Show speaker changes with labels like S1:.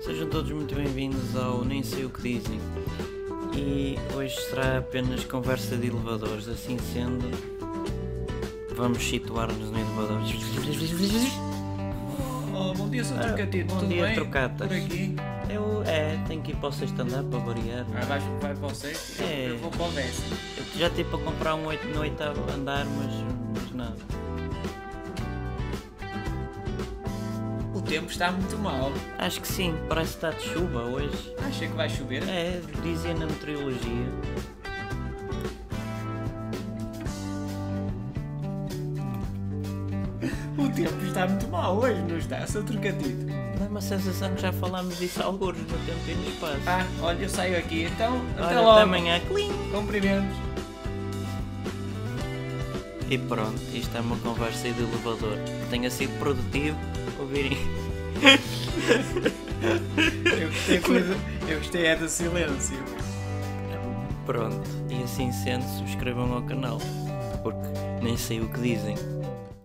S1: Sejam todos muito bem-vindos ao Nem Sei O Que Dizem. E hoje será apenas conversa de elevadores, assim sendo, vamos situar-nos no elevador.
S2: Oh, bom dia, seu
S1: Ah,
S2: trocatito,
S1: bom
S2: tudo
S1: dia,
S2: bem?
S1: trocatas.
S2: Por aqui.
S1: Eu, é, tenho que ir para o stand-up para variar.
S2: Ah, vai, vai para o sexto?
S1: É.
S2: Eu vou para o décimo.
S1: Eu já tive para comprar um oito no oitavo andar, mas, mas nada.
S2: O tempo está muito mal.
S1: Acho que sim, parece que está de chuva hoje.
S2: Acha que vai chover?
S1: É, dizia na meteorologia.
S2: O tempo está muito mal hoje, não está, seu trocatito?
S1: Dá uma sensação que já falámos disso há alguns no tempo e no espaço.
S2: Ah, olha, eu saio aqui, então, até
S1: Olha,
S2: logo.
S1: até amanhã. Clim!
S2: Cumprimentos.
S1: E pronto, isto é uma conversa de elevador. Que tenha sido produtivo ouvirem.
S2: Eu gostei, foi do- eu gostei é do silêncio.
S1: Pronto, e assim sendo, subscrevam ao canal. Porque nem sei o que dizem.